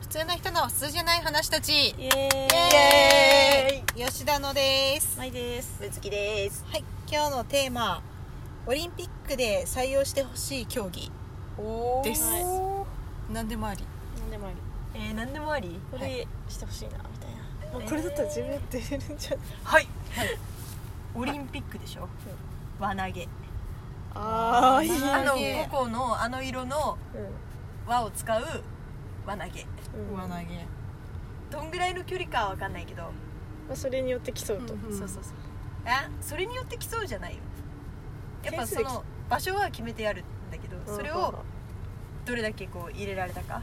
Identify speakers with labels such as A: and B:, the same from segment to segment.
A: 普通の人の普通じゃない話たち
B: イエー
A: イ
B: イ
A: エーイ吉田のです
B: まいです
C: むつきです
A: はい今日のテーマオリンピックで採用してほしい競技
C: お
A: です、
B: は
A: 何でもあり
B: なんでもあり
C: えー、何でもあり
B: こ
A: はい
B: れしてほしいなみたいな、もう
C: えー
B: これだったら自分で出れるんじゃない
C: はい、オリンピックでしょ、輪投げ
B: ああいい
A: い
C: あの
A: 輪投げ
C: 5個のあの色の
B: う
C: 輪を使う輪投げ
B: ん、うん
A: 上
B: ま
A: 投げ
C: どんぐらいの距離かは分かんないけど、
B: あ、それによって競うと、
A: うん
C: そうそうそうあそれによって競うじゃないよやっぱ
B: 点数
C: そ
B: で
C: の場所は決めてやるんだけどそれを
B: あ
C: どれだけこう入れられたか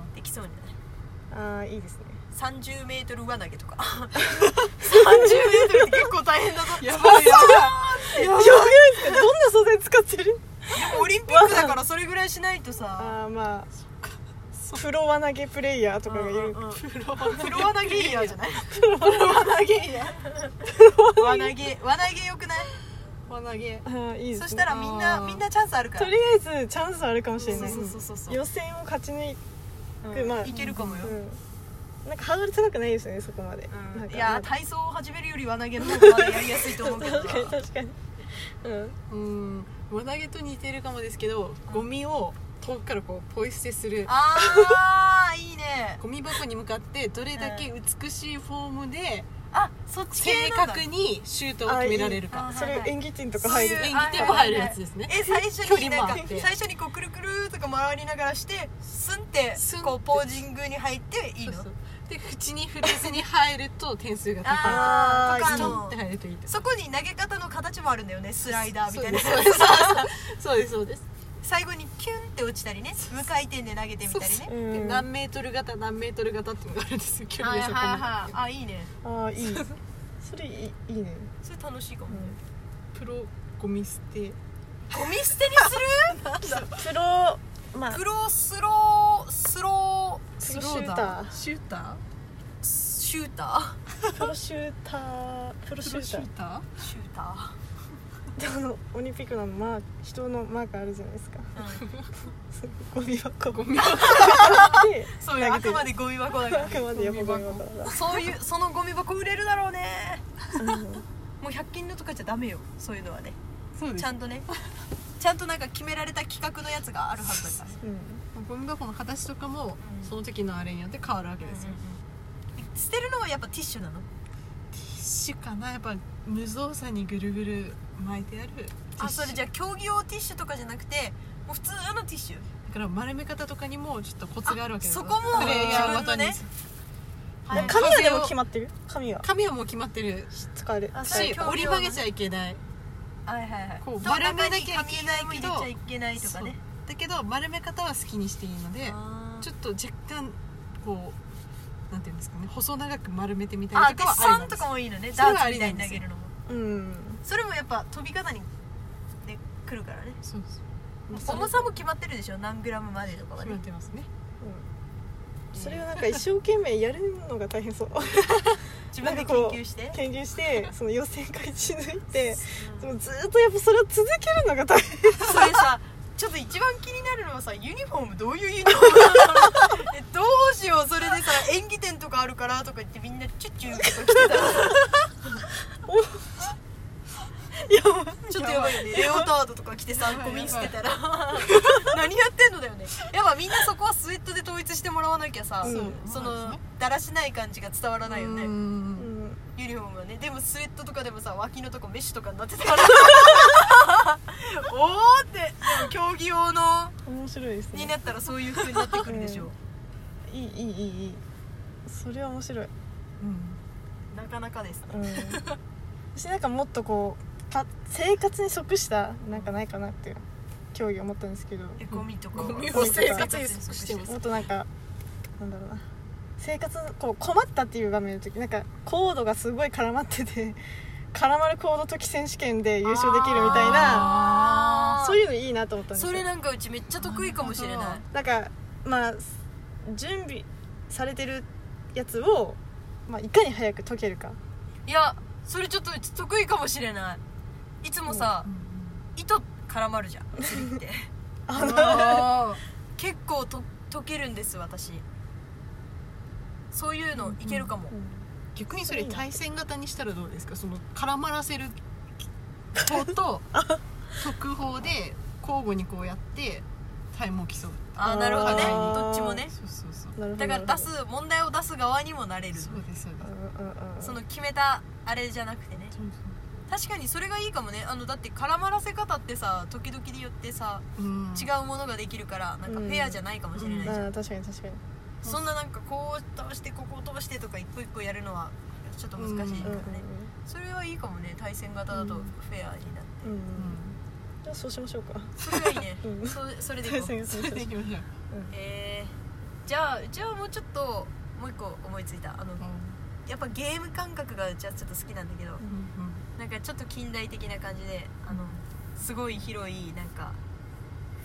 A: あ
C: で競うんじゃない
B: あーいいですね
C: 30メートル輪投げとか30メートルって結構大変だぞ
A: やばいや
B: やばくないですかどんな素材使ってる
C: オリンピックだからそれぐらいしないとさ
B: ああまあプロ輪投げプレイヤーとかがいる
C: うんうんうんプロ輪投げイヤーじゃないプロ輪投げイヤー輪投げ輪投げよくない
A: ばい輪投げ
B: あーいいですね
C: そしたらみん
A: あ
C: な
A: ー
C: みんなチャンスあるか
B: と
C: ら
B: りあえずチャンスあるかもしれ
C: そ
B: な
C: う
B: い
C: そうそうそうそう
B: 予選を勝ち抜いく、まあ、
C: いけるかもよ、
B: うん、なんかハードル高くないですよねそこまで、
C: うん
B: なんか
C: い
B: ま
C: や
B: あ
C: 体操を始めるより輪投げの方がやりやすいと思うけど
B: 確かに確かにうん
A: うん輪投げと似てるかもですけどゴミを遠くからこうポイ捨てする
C: あーいいね
A: ゴミ箱に向かってどれだけ美しいフォームで
C: あそっち
A: 正
C: 系なんだ
A: 確にシュートを決められるか
C: あいい
B: それ演技点とか
A: そうい
B: 入
A: う
B: る
A: 演技点も入るやつですね
C: え最初
A: 距
C: に
A: 離
C: なん
A: もあ
C: か
A: って
C: 最初にこうくるくるとか回りながらしてスンって
A: スンって
C: こうポージングに入っていい
A: そう
C: の
A: そうで縁に触れずに入ると点数が高
C: あ
B: あー
A: い
C: ーとかあ
A: ストンっ
C: の
A: て入るといいと
C: そこに投げ方の形もあるんだよねスライダーみたいな
A: そうですそうですそうです
C: 最後にキュンって落ちたりね無回転で投げてみたりね
A: で
B: うん、あ
A: 何メートル型何メートル型っていうのがあるんですよ距
C: は
A: 離
C: い
A: を
C: は
A: そこ
C: いはい
A: に
C: あいいね
B: あいいそれいいいいね、
C: それ楽しいかも
B: う
C: ね
B: ん
A: プロゴミ捨て
C: ゴミ捨てにするなんだ
B: プロまあ
C: プロスロースロー
B: プロシューター
A: シューター
C: シューター
B: プロシュータープロ
A: プ
B: シュ
A: ロ
B: ー
A: シ
B: タ
A: ューター
C: シューター
B: ーあのオリンピックのマーク人のマークあるじゃないですかゴミ箱ゴミ箱で
C: そういうあくまでゴミ箱だか
B: あ
C: ら
B: くまでやっぱゴミ
A: ゴ
B: 箱だ
C: そういうそのゴミ箱売れるだろうね
B: うん
C: もう100均のとかじゃダメよそういうのはね
A: そうで
C: ち
A: す
C: ゃんとねちゃんとなんか決められた企画のやつがあるはずだから
B: うん
A: ゴミ箱の形とかも
C: うん
A: その時のあれによって変わるわけですよ
C: 捨てるのはやっぱティッシュなの
A: ティッシュかなやっぱ無造作にぐるぐる巻いてあるティッシュ
C: あそれじゃあ競技用ティッシュとかじゃなくてもう普通のティッシュ
A: だから丸め方とかにもちょっとコツがあるわけですよ
C: あそこも
A: プレイヤーごとに
C: 自
A: はい
B: 紙はでも決まってる紙は
A: 紙はもう決まってる
B: 使える
C: あ
A: し
C: そう
A: 折り曲げちゃいけない
C: はいはいはい
A: こう
C: 真ん中
A: 丸めな
C: に
A: きゃいけないけど
C: 紙入れちゃいけないとかね
A: そうだけど丸め方は好きにしていいので
C: あ
A: ちょっと若干こうなんていうんですかね細長く丸めてみた
C: あ
A: り
C: で
A: とかはあり
C: 3
A: なんで
C: と
A: す
C: かもいいのね
A: そ
C: ダ
A: れ
C: ー
A: はあ
C: ツ
A: り
C: み
A: なんで
C: たいに
A: す
C: 投
A: よ
C: げるのも
B: うん
C: それもやっぱ飛び方にね来るからね
A: そうそう
C: 重さも決まってるでしょ何グラムまでとかは
A: 決ま
C: ね
A: ってますね
B: それをなんか一生懸命やるのが大変そう
C: 自分で研究して
B: 研究してその予選会し抜いて
C: うん
B: でもずっとやっぱそれを続けるのが大変
C: それさ ちょっと一番気になるのはさユニフォームどういうユニフォームなの えどうしようそれでさ演技点とかあるからとか言ってみんなチュッチュとか着てたらさ
B: やばい
C: ちょっとやばいよねレオタードとか着てさ
A: やばい
C: ゴミ捨てたら何やってんのだよねやっぱみんなそこはスウェットで統一してもらわなきゃさ、
B: うん
C: そ
A: そうです
C: の
A: ね
C: だらしない感じが伝わらないよね、
B: うんん
C: ユニフォームはねでもスウェットとかでもさ脇のとこメッシュとかになってたからおおってでも競技用の
B: 面白いです
C: に
B: ね
C: なったらそういう風になってくるでしょう、
B: いいいいいいいいそれは面白い、
A: うん
C: なかなかですね
B: うん、私なんかもっとこうか生活に即したなんかないかなっていう競技を思ったんですけど
C: えゴミとか
A: ゴミ
B: を生
A: 活に即してます
B: もっとなんかなんだろうな生活こう困ったっていう場面の時なんかコードがすごい絡まってて絡まるコード解き選手権で優勝できるみたい
C: あ
B: な
C: ー
B: そういうのいいなと思ったんですよ
C: それなんかうちめっちゃ得意かもしれ
A: な
C: な
A: る
C: い
B: なんかまあす準備されてるやつを、まあ、いかに早く解けるか
C: いやそれちょっとうち得意かもしれないいつもさ、糸絡まるじゃん釣りって
A: あ
B: あ
C: 結構と解けるんです私そういうのいけるかも、
A: 逆にそれ対戦型にしたらどうですかその絡まらせる方と特報で交互にこうやってタイムを競う
C: ああなるほどね
A: あー
C: どっちもね
A: そうそうそう
B: なるほ
C: だ
B: ど
C: から出す問題を出す側にもなれる
A: そうですそうです
B: うんうんうん
C: その決めたあれじゃなくてね
A: そう
C: 確かにそれがいいかもねあのだって絡まらせ方ってさ時々によってさ
A: そううん
C: 違うものができるからなんかフ
B: うん
C: ェアじゃないかもしれないじゃん、
B: あー確かに確かに
C: そんななんかこう倒してここを通してとか一個一個やるのはちょっと難しいからね、
B: うんうん
C: それはいいかもね対戦型だとフェアになる
B: うんうん
A: う
B: じゃあそうしましょうか、
C: それがいい ね
B: うん
C: そそれでいこ
B: 対
C: う
B: 戦が
A: んそれでいきましょう
C: えー、じゃあじゃあもうちょっともう一個思いついたあのやっぱゲーム感覚がじゃあちょっと好きなんだけどなんかちょっと近代的な感じであのすごい広いなんか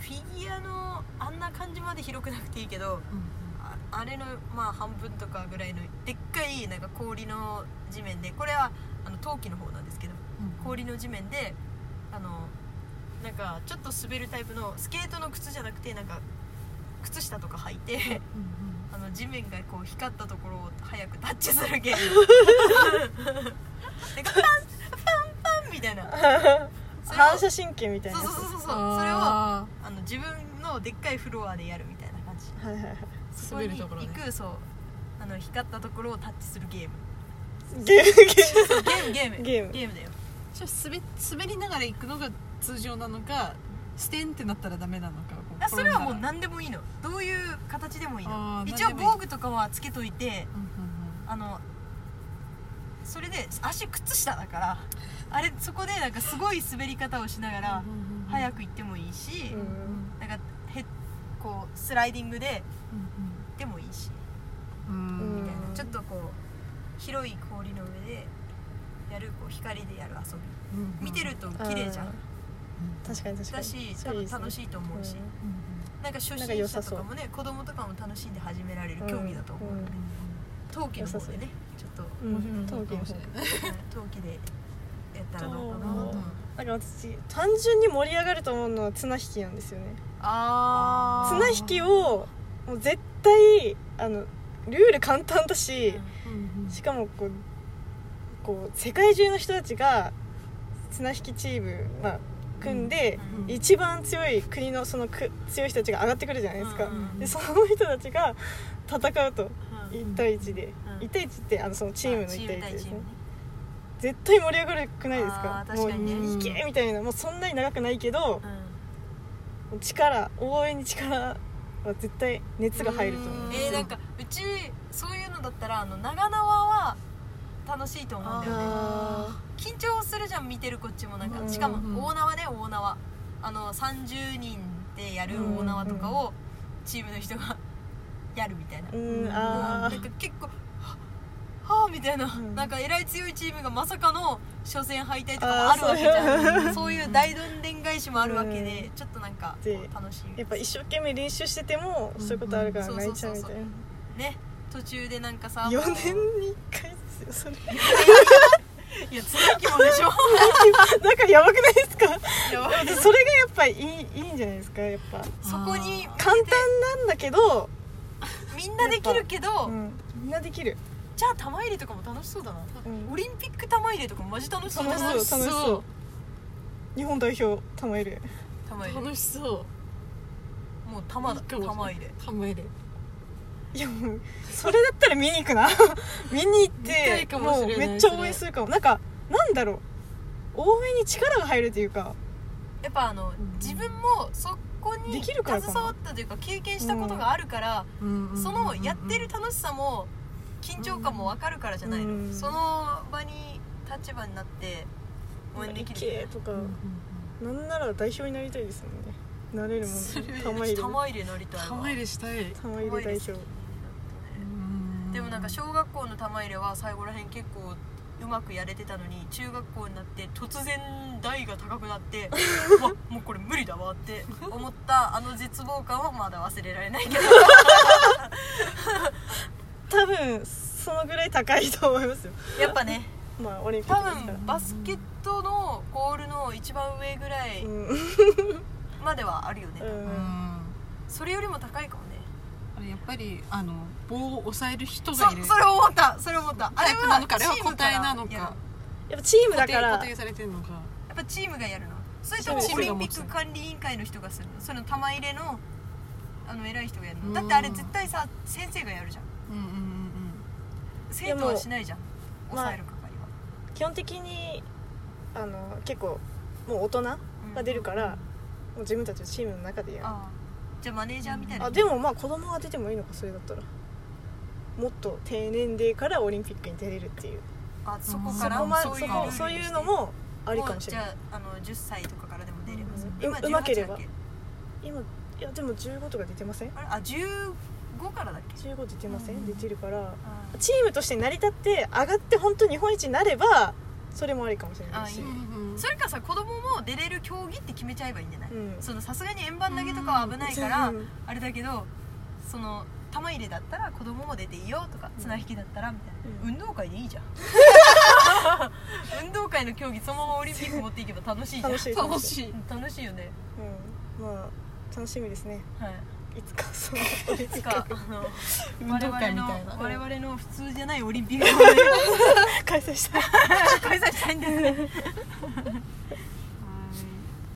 C: フィギュアのあんな感じまで広くなくていいけどああれのまあ半分とかぐらいのでっかいなんか氷の地面でこれはあの陶器の方なんですけど氷の地面であのなんかちょっと滑るタイプのスケートの靴じゃなくてなんか靴下とか履いてあの地面がこう光ったところを早くタッチするゲームなんかパンパンパンみたいなそれを
B: 反射神経みたい
C: そ
B: な
C: う
B: やつ
C: そうそうそうそれをあ
A: あ
C: の自分のでっかいフロアでやるみたいな感じ
B: はいはいはい
C: そこに
A: 滑るところね
C: 行くそうあの光ったところをタッチするゲーム
B: ゲーム
C: そうゲームゲーム
B: ゲーム
C: ゲームだよ
A: ーじゃあ滑滑りながら行くのが通常なのかステンってなったらダメなのか
C: あそれはもう
A: な
C: 何でもいいのどういう形でもいいの
A: あー
C: 一応
A: 何でもいい
C: 防具とかはつけといてあのそれで足靴下だからあれそこでなんかすごい滑り方をしながら早
A: く
C: く行ってもいいし
B: う、ん
C: なんかへこうスライディングででもいいしみたいな
B: うん
C: ちょっとこう広い氷の上でやるこう光でやる遊び見てると綺麗じゃん
B: 確かに確か
C: だ
B: に
C: し
B: そ
C: 多
B: れい
C: 分
B: いですね
C: 楽しいと思うし、
B: ん
C: なんか初
B: なんか良
C: 心
B: さ
C: 者
B: そ
C: と
B: う
C: かもね子供とかも楽しんで始められる競技だと思う、
B: うん
C: 陶器の方でねちょっと
B: うん
A: 陶
B: 陶器
A: 器
B: の
A: も
B: 方
C: 陶器でやったらどうかな
B: そうなんか私単純に盛り上がると思うのは綱引きなんですよね
C: あ
A: ー
B: 綱引きをもう絶対あのルール簡単だし、しかもこうこう世界中の人たちが綱引きチーム、まあ、組んで、
A: うん
B: 一番強い国のそのく強い人たちが上がってくるじゃないですか、
C: うんうん
B: でその人たちが戦うと
C: うん
B: 1対1で、
C: うん
B: 1対1ってあのそのチームの1対1
C: 対
B: です
C: チー
B: ね
C: ムね
B: 絶対盛り上がるくないです
C: あ
B: か
C: ー確かにね
B: もういけみたいなもうそんなに長くないけど力応援に力は絶対熱が入ると思
C: う
B: うんん
C: えー、なんかうちそういうのだったらあの長縄は楽しいと思うんだよね
B: あ
C: 緊張するじゃん見てるこっちもなん
B: う
C: か
B: ん
C: しかも大縄ね大縄あの30人でやる大縄とかをチームの人が やるみたいな
B: ーうんあ
C: な
B: ー
C: んか結構ははあみたいな、
B: ん
C: なんかえらい強いチームがまさかの初戦敗退とかもあるわけじゃ んそういう大どんでん返しもあるわけで、ちょっとなんかこ
B: で
C: う楽しい
B: やっぱ一生懸命練習しててもそういうことあるから
C: うん
B: 泣いちゃうみたいな
C: ね途中でなんかさ
B: 4年
C: もう
B: に1回ですよそれ
C: いや常きもでし ょ
B: なんかやばくないですか
C: やば い
B: それがやっぱいいいいんじゃないですかやっぱ
C: そこに
B: 簡単なんだけど、
C: みんなできるけど、
B: うん、みんなできる、
C: じゃあ玉入れとかも楽しそうだな
B: うん
C: オリンピック玉入れとかマジ楽しそうだな
B: 楽しそう楽しそう日本代表玉入れ
C: 玉入れ
A: 楽しそう
C: もう玉だ
A: いいかもしれない
C: 玉入れ
A: 玉入れ
B: いやもうそれだったら見に行くな 見に行っ
A: 見たい
B: て
A: かもし
B: も
A: れな
B: う
A: い
B: めっちゃ応援するかもなんかなんだろう応援に力が入るというか
C: やっぱあの
A: うん
C: 自分もそこ
B: で
C: に
B: き
C: 携
B: るからかな
C: わったというか経験したことがあるから、そのやってる楽しさも緊張感も分かるからじゃないの、
B: うん
C: その場に立場になって応援でき
B: け
C: る
B: とか、なんなら代表になりたいですもんねなれるもん
A: それ
B: ね
C: 玉入
B: 玉入
C: れ
B: れ
C: 玉入れなりたいわ
A: 玉入れしたい
B: 玉入れ代表
C: でもなんか小学校の玉入れは最後らへん結構うまくやれてたのに中学校になって突然台が高くなってうわもうこれ無理だわって思ったあの絶望感はまだ忘れられないけど
B: 多分そのぐらい高いと思いますよ
C: やっぱね
B: まあオリンピ
C: 多
B: ックです
C: 分バスケットのゴールの一番上ぐらい
B: からうん
C: まではあるよね、
B: うん
A: うん
C: それよりも高いかもね
A: れやっぱりあの棒を押さえる人
C: そ
A: がいる
C: それ思ったそれ思ったあ
A: タ
C: れ
A: イプなのかあ
C: は
A: れは
C: チー
A: 個
C: ムから
A: 体なのか
C: やるのや
B: やっぱチームだ
A: 固定
B: から
A: 固定されてるのか
C: っぱチームがやるのそれと
A: そう
C: も
A: チー
C: オ
A: ム
C: リ
A: が
C: ンピ
A: 持つ
C: ック管理委員会の人がするのその玉入れのあの偉い人がやる
A: う
C: の
A: ん
C: だってあれ絶対さ先生がやるじゃん
A: うんうん
C: 生徒はしないじゃん
B: まあ
C: 抑える係は、
B: 基本的にあの結構もう大人
C: うん
B: が出るから、もう自分たちのチームの中でやる
C: ああじゃあマネージャーみたいな
B: あでもまあ子供が出てもいいのかそれだったらもっと低年齢からオリンピックに出れるっていう
C: あそこ
A: うん
C: から
B: そこまそ
C: そういうルー
B: こ
C: ル
B: そうい
C: にし
B: う
C: て
B: のもありかもしれな
C: う
B: い
C: じゃああの10歳とかからでも出れます、
A: うん
C: 今
B: う
C: 18
B: うまければ
C: だっけ
B: 今いやでも15とか出てません
C: あれあ15からだっけ
B: 15出てません、
A: うん
B: 出てるから
C: あ
B: チームとして成り立って上がって本当日本一になればそれもありかもしれない
C: あ
B: し
C: いいね
A: うんうん
C: それかさ子供も出れる競技って決めちゃえばいいんじゃない、
B: うん
C: そのさすがに円盤投げとかは危ないから、
B: うん
C: あれだけどその玉入れだったら子供も出ていいよとか
B: うん
C: 綱引きだったらみたいな、
B: うん
C: 運動会でいい じゃん運動会の競技そのままオリンピック持っていけば楽しいじゃん
B: 楽しい
A: 楽しい
C: うん楽しいよね
B: うんまあ楽しみですね
C: はい
B: いつかそのオリンピ
C: い
B: ッ
C: つ
B: ク
C: か
B: が
C: あの
A: 運動
C: 我々
A: 会み
C: の
A: たいな
C: 我々の普通じ ゃないオリンピックをね
B: 開催したい
C: 開催したいんですね